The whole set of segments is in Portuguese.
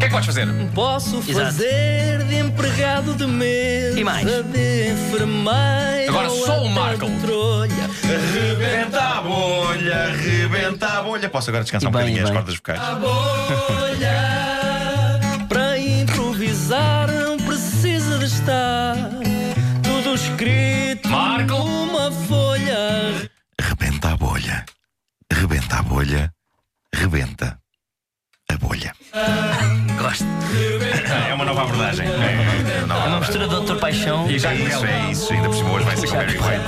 é podes fazer? Hum. Posso Exato. fazer de empregado de mesa E mais? De enfermeiro Agora só o até Marco. de trolha. Rebenta a bolha, rebenta a bolha. Posso agora descansar E bem, um bocadinho e as bem. cordas vocais? A bolha Para improvisar não precisa de estar Tudo escrito Marco. numa folha Rebenta a bolha. Rebenta a bolha. Rebenta a bolha. Gosto. É uma nova abordagem. É uma nova É uma abordagem. mistura de outra paixão. E já é isso, é isso. Ainda por cima hoje vai ser com Barry White.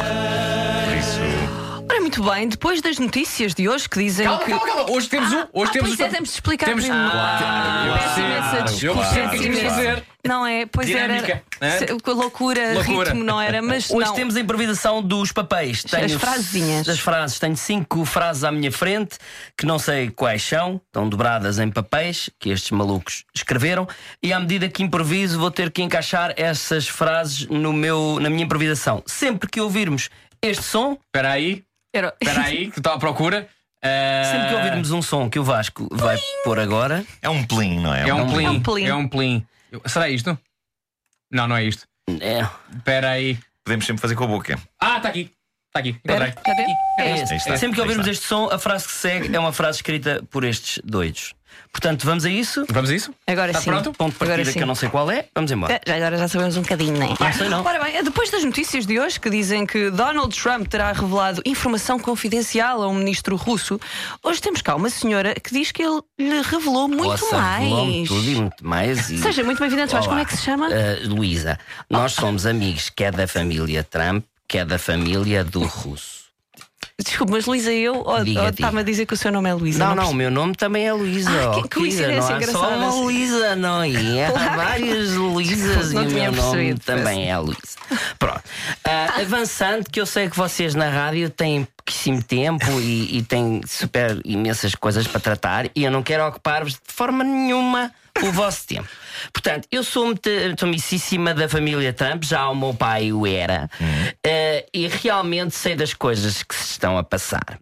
Por isso. Ora, muito bem, depois das notícias de hoje que dizem Calma, que. calma, calma. Hoje temos um. Hoje ah, temos pois um- é, temos de explicar temos- primeiro. Ah, Claro, eu Peço percebo. imensa Eu desculpa. percebo o que é que tínhamos de Peço fazer. Não é? Pois Dinâmica, né? era. se- com Loucura, Loucura. ritmo, não era? Mas Hoje não. temos a improvisação dos papéis. As frasezinhas. Das frases. Tenho cinco frases à minha frente, que não sei quais são, estão dobradas em papéis que estes malucos escreveram, e à medida que improviso, vou ter que encaixar essas frases no meu, na minha improvisação. Sempre que ouvirmos este som, Espera aí, Era- espera aí, que estou à procura. Eh, sempre que Ah. ouvirmos um som que o Vasco vai pôr agora, É um plim, não é? É um É um plim. plim. É um plim. Eu- Será isto? Não, não é isto. é, Espera aí. Podemos sempre fazer com a boca. Ah, está aqui. Está aqui. Era- Encontrei. Já deu? é É este. Aí está, Sempre que aí ouvirmos está. este som, a frase que segue é uma frase escrita por estes doidos. Portanto, vamos a isso. Vamos a isso? Agora Está sim. pronto? Ponto de partida Agora sim. que eu não sei qual é. Vamos embora. Já- Agora já sabemos um bocadinho, né? Não sei não. Ora bem, depois das notícias de hoje que dizem que Donald Trump terá revelado informação confidencial a um ministro russo, hoje temos cá uma senhora que diz que ele lhe revelou muito Poça, revelou-me mais. tudo e muito mais. e- Seja muito bem-vindo, Vasco. Olá. Como é que se chama? Ah, Luísa, nós somos amigos, que é da família Trump, que é da família do russo. Desculpe, mas Luísa, eu ou- ou Diga, está-me diga. a dizer que o seu nome é Luísa? Não, não, perce- o meu nome também é Luísa. Ah, que- oh, que querida, coincidência não há só engraçada. uma Luísa, não é? Há Claro. várias Luísas e Não o tinha meu nome percebido, também é Luísa. Pronto. Ah, avançando, que eu sei que vocês na rádio têm pouquíssimo tempo e, e têm super imensas coisas para tratar e eu não quero ocupar-vos de forma nenhuma o vosso tempo. Portanto, eu sou muito amicíssima da família Trump, já o meu pai o era, ah, e realmente sei das coisas que se estão a passar.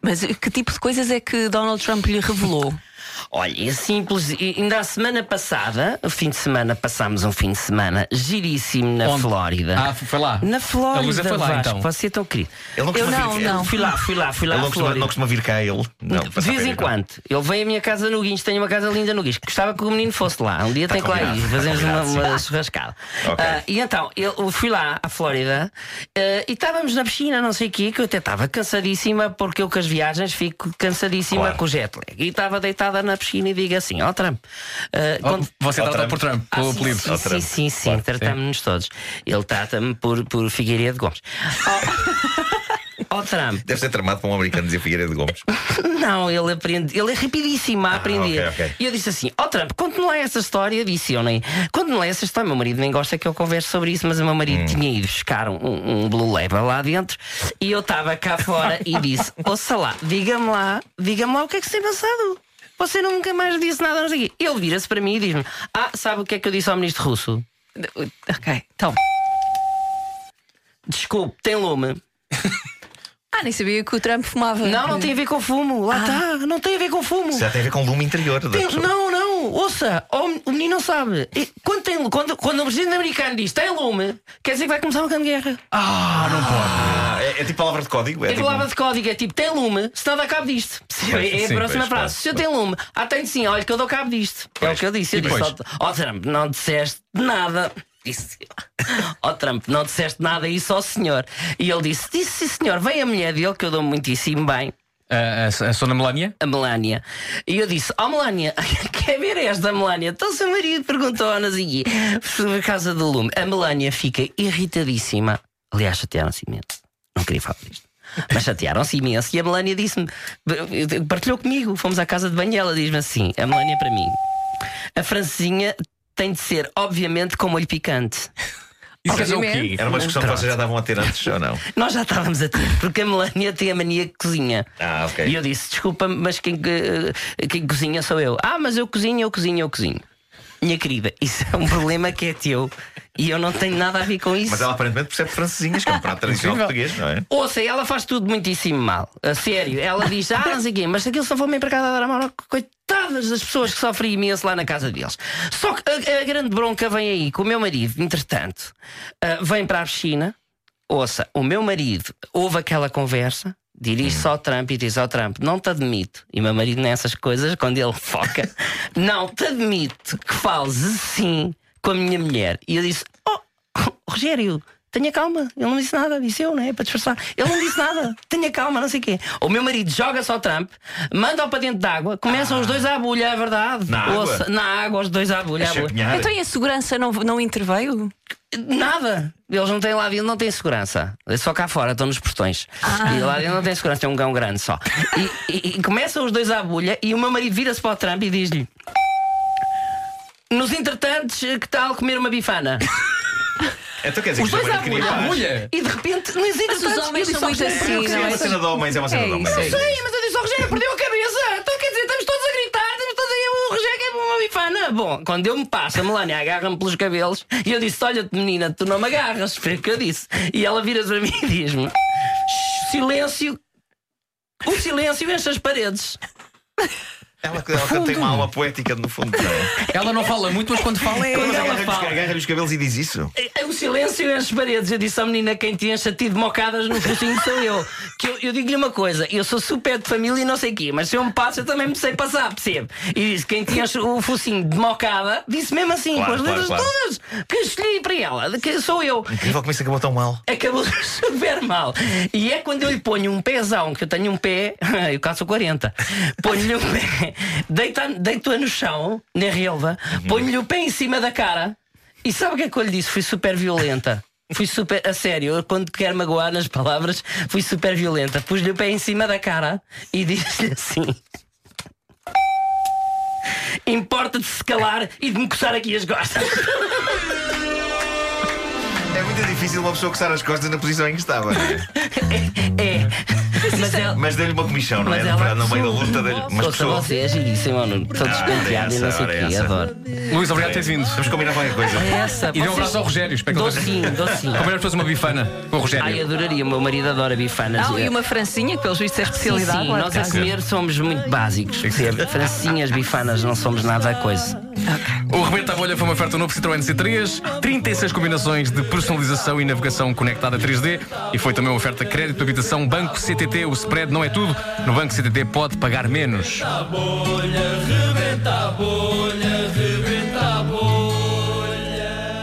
Mas eh, que tipo de coisas é que Donald Trump lhe revelou? Olha, é simples. E Ainda a semana passada, o fim de semana, passámos um fim de semana giríssimo na Onde? Flórida. Ah, foi lá. É. na Flórida, A Luísa foi lá, Vasco, então. você é tão querido. Ele não Eu costuma não, vir não. Fui lá, fui lá, fui lá Ele à não costuma, Flórida. não costuma vir cá, ele. Não, De passa vez em férias, não. quando, ele vem à minha casa no Guincho, tenho uma casa linda no Guincho. Gostava que o menino fosse lá. Um dia tem que lá ir, combinado, tá fazemos uma, combinado, uma churrascada. Ok. Ah, e então, eu eu fui lá à Flórida eh, e estávamos na piscina, não sei o quê, que eu até estava cansadíssima, porque eu com as viagens fico cansadíssima Claro. com o jet lag. E estava deitada na piscina e digo assim: Ó Trump, eh, Oh, quando- Você Ao trata Trump. por Trump, ah, pelo sim, apelido. Sim, Ao sim, Trump, sim, sim. claro, tratamos-nos todos. Ele trata-me por, por Figueiredo Gomes. Ó oh, Trump, Deve ser tramado para um americano dizer Figueiredo de Gomes. não, ele aprende, ele é rapidíssimo a aprender. Ah, ok, ok. E eu disse assim: Ó Trump, conte-me lá essa história. Disse eu, nem. Conte-me lá essa história. Meu marido nem gosta que eu converse sobre isso, mas o meu marido Hum. tinha ido buscar um, um Blue Label lá dentro e eu estava cá fora e disse: Ouça lá, diga-me lá, diga-me lá o que é que se tem passado. Você nunca mais disse nada, não sei o quê. Ele vira-se para mim e diz-me: Ah, sabe o que é que eu disse ao ministro russo? Ok, então. Desculpe, tem lume. Ah, nem sabia que o Trump fumava. Não, Hum. não tem a ver com fumo. Ah. Lá está, não tem a ver com fumo. Já tem a ver com o lume interior da Tem- pessoa. não, não, ouça, o men- o menino não sabe. E Quando, tem, quando, quando o presidente americano diz tem lume, quer dizer que vai começar uma grande guerra. tipo Ah, é, é tipo palavra de código. É Tem tipo... palavra de código, é tipo tem lume, senão dá cabo disto. É a sim, próxima pois, frase. Se eu pois. tenho lume, ah, tenho sim, olha que eu dou cabo disto. É o que eu disse. Eu disse, ó ó, Trump, não disseste nada. Disse eu. Ó Trump, não disseste nada isso ao senhor. E ele disse: Disse sim, senhor, vem a mulher dele, que eu dou muitíssimo bem. A, Ah, a, a Sona Melania? a Melania. E eu disse: Ó Melania, quer ver esta Melania? Então seu marido perguntou à Ana Ziggy sobre a casa do lume. A Melania fica irritadíssima. Aliás, chatearam-se imenso. Não queria falar disto. Mas chatearam-se imenso. E a Melania disse-me: partilhou comigo. Fomos à casa de banho e ela diz-me assim: A Melania para mim, a francesinha tem de ser, obviamente, com molho picante. Isso quer dizer o quê? Obviamente. Era uma um discussão que vocês já estavam a ter antes ou não? Nós já estávamos a ter, porque a Melania tem a mania que cozinha. Ah, ok. E eu disse: desculpa, mas quem, eh, quem cozinha sou eu. Ah, mas eu cozinho, eu cozinho, eu cozinho. Minha querida, isso é um problema que é teu e eu não tenho nada a ver com isso. Mas ela aparentemente percebe francesinhas, que é um prato tradicional português, não é? Ouça, ela faz tudo muitíssimo mal. A sério. Ela diz, ah, não sei o quê, mas se aquilo só for bem para casa dar a mão, coitadas das pessoas que sofrem imenso lá na casa deles. Só que a, a grande bronca vem aí que o meu marido, entretanto, ah, vem para a piscina. Ouça, o meu marido ouve aquela conversa, Uhum. dirige-se ao Trump e diz ao Trump: Não te admito. E meu marido, nessas coisas, quando ele foca, não te admito que fales assim com a minha mulher. E eu disse: Oh, Rogério, tenha calma. Ele não disse nada, disse eu, não é? Para disfarçar. Ele não disse nada, tenha calma, não sei o quê. O meu marido joga-se ao Trump, manda-o para dentro d'água, começam os dois à bulha, é verdade. Ah. Na água? na água, os dois à bulha. à bulha. Chapinhar. Então e a segurança não, não interveio? Nada. Eles não têm lá dentro, não têm segurança. É Só cá fora, estão nos portões. Ah. E lá dentro não tem segurança, tem um cão grande só. E, e- e começam os dois à bulha e o meu marido vira-se para o Trump e diz-lhe: Nos entretantos, que tal comer uma bifana? Então quer dizer Os que o dois à marido bulha. queria Ah, à paz. bulha. E de repente, nos entretantos, eu homens disse ao são muito Rogério, assim, perdeu a não é? É uma cabeça. cena de homens, é uma cena É de homens. isso, é Sei, mas eu disse ao Rogério, perdeu a cabeça. Então quer dizer, estamos todos a gritar, estamos todos a. O Rogério quer uma bifana. Bom, quando eu me passo, a Melania agarra-me pelos cabelos e eu disse: Olha-te, menina, tu não me agarras. Foi o que eu disse. E ela vira-se para mim e diz-me: "Shh, Silêncio. O silêncio enche as paredes. Ela, ela tem uma alma poética no fundo, não é? Ela não fala muito, mas quando fala é. Mas ela agarra-lhe os- fala. agarra-lhe os cabelos e diz isso. É, é, O silêncio enche as paredes. Eu disse à menina: quem te enche a ti de mocadas no focinho sou eu. Que eu, eu digo-lhe uma coisa: eu sou super de família e não sei o quê, mas se eu me passo, eu também me sei passar, percebe? E disse: quem te enche o focinho de mocada, disse mesmo assim, Claro, com as claro, letras claro. todas, que eu escolhi para ela, de que sou eu. Incrível como isso acabou tão mal. Acabou super mal. E é quando eu lhe ponho um pezão, que eu tenho um pé, eu calço 40, ponho-lhe um pé, deita- deito-a no chão, na relva, ponho-lhe o pé em cima da cara. E sabe o que é que eu lhe disse? Fui super violenta. Fui super, a sério, eu quando quero magoar nas palavras, fui super violenta. Pus-lhe o pé em cima da cara e disse-lhe assim. Importa de se calar e de me coçar aqui as costas. É muito difícil uma pessoa coçar as costas na posição em que estava. não é? É. Mas ela- Mas deu-lhe uma comissão, não é? Mas ela Para- No meio da luta dele. Mas Ouça pessoa. vocês e dizem, é mano, estou desconfiado e essa, não sei o ora quê, essa. adoro. Luís, obrigado por teres vindo. Vamos combinar qualquer coisa. Essa, E dê um abraço ao Rogério, espero que ele esteja- Docinho, docinho. Combinamos depois uma bifana com o Ai, Rogério. adoraria, o meu marido adora bifanas. Não, e Eu- uma francinha, que pelos vistos é Sim, especialidade. sim, lá de nós a casa. comer somos muito básicos. percebe? Francinhas, bifanas, não somos nada a coisa. O Rebenta à Bolha foi uma oferta novo Citroën C3, 36 combinações de personalização e navegação conectada 3D e foi também uma oferta crédito, habitação, banco CTT. O spread não é tudo. No banco CTT pode pagar menos. Bolha, rebenta a bolha.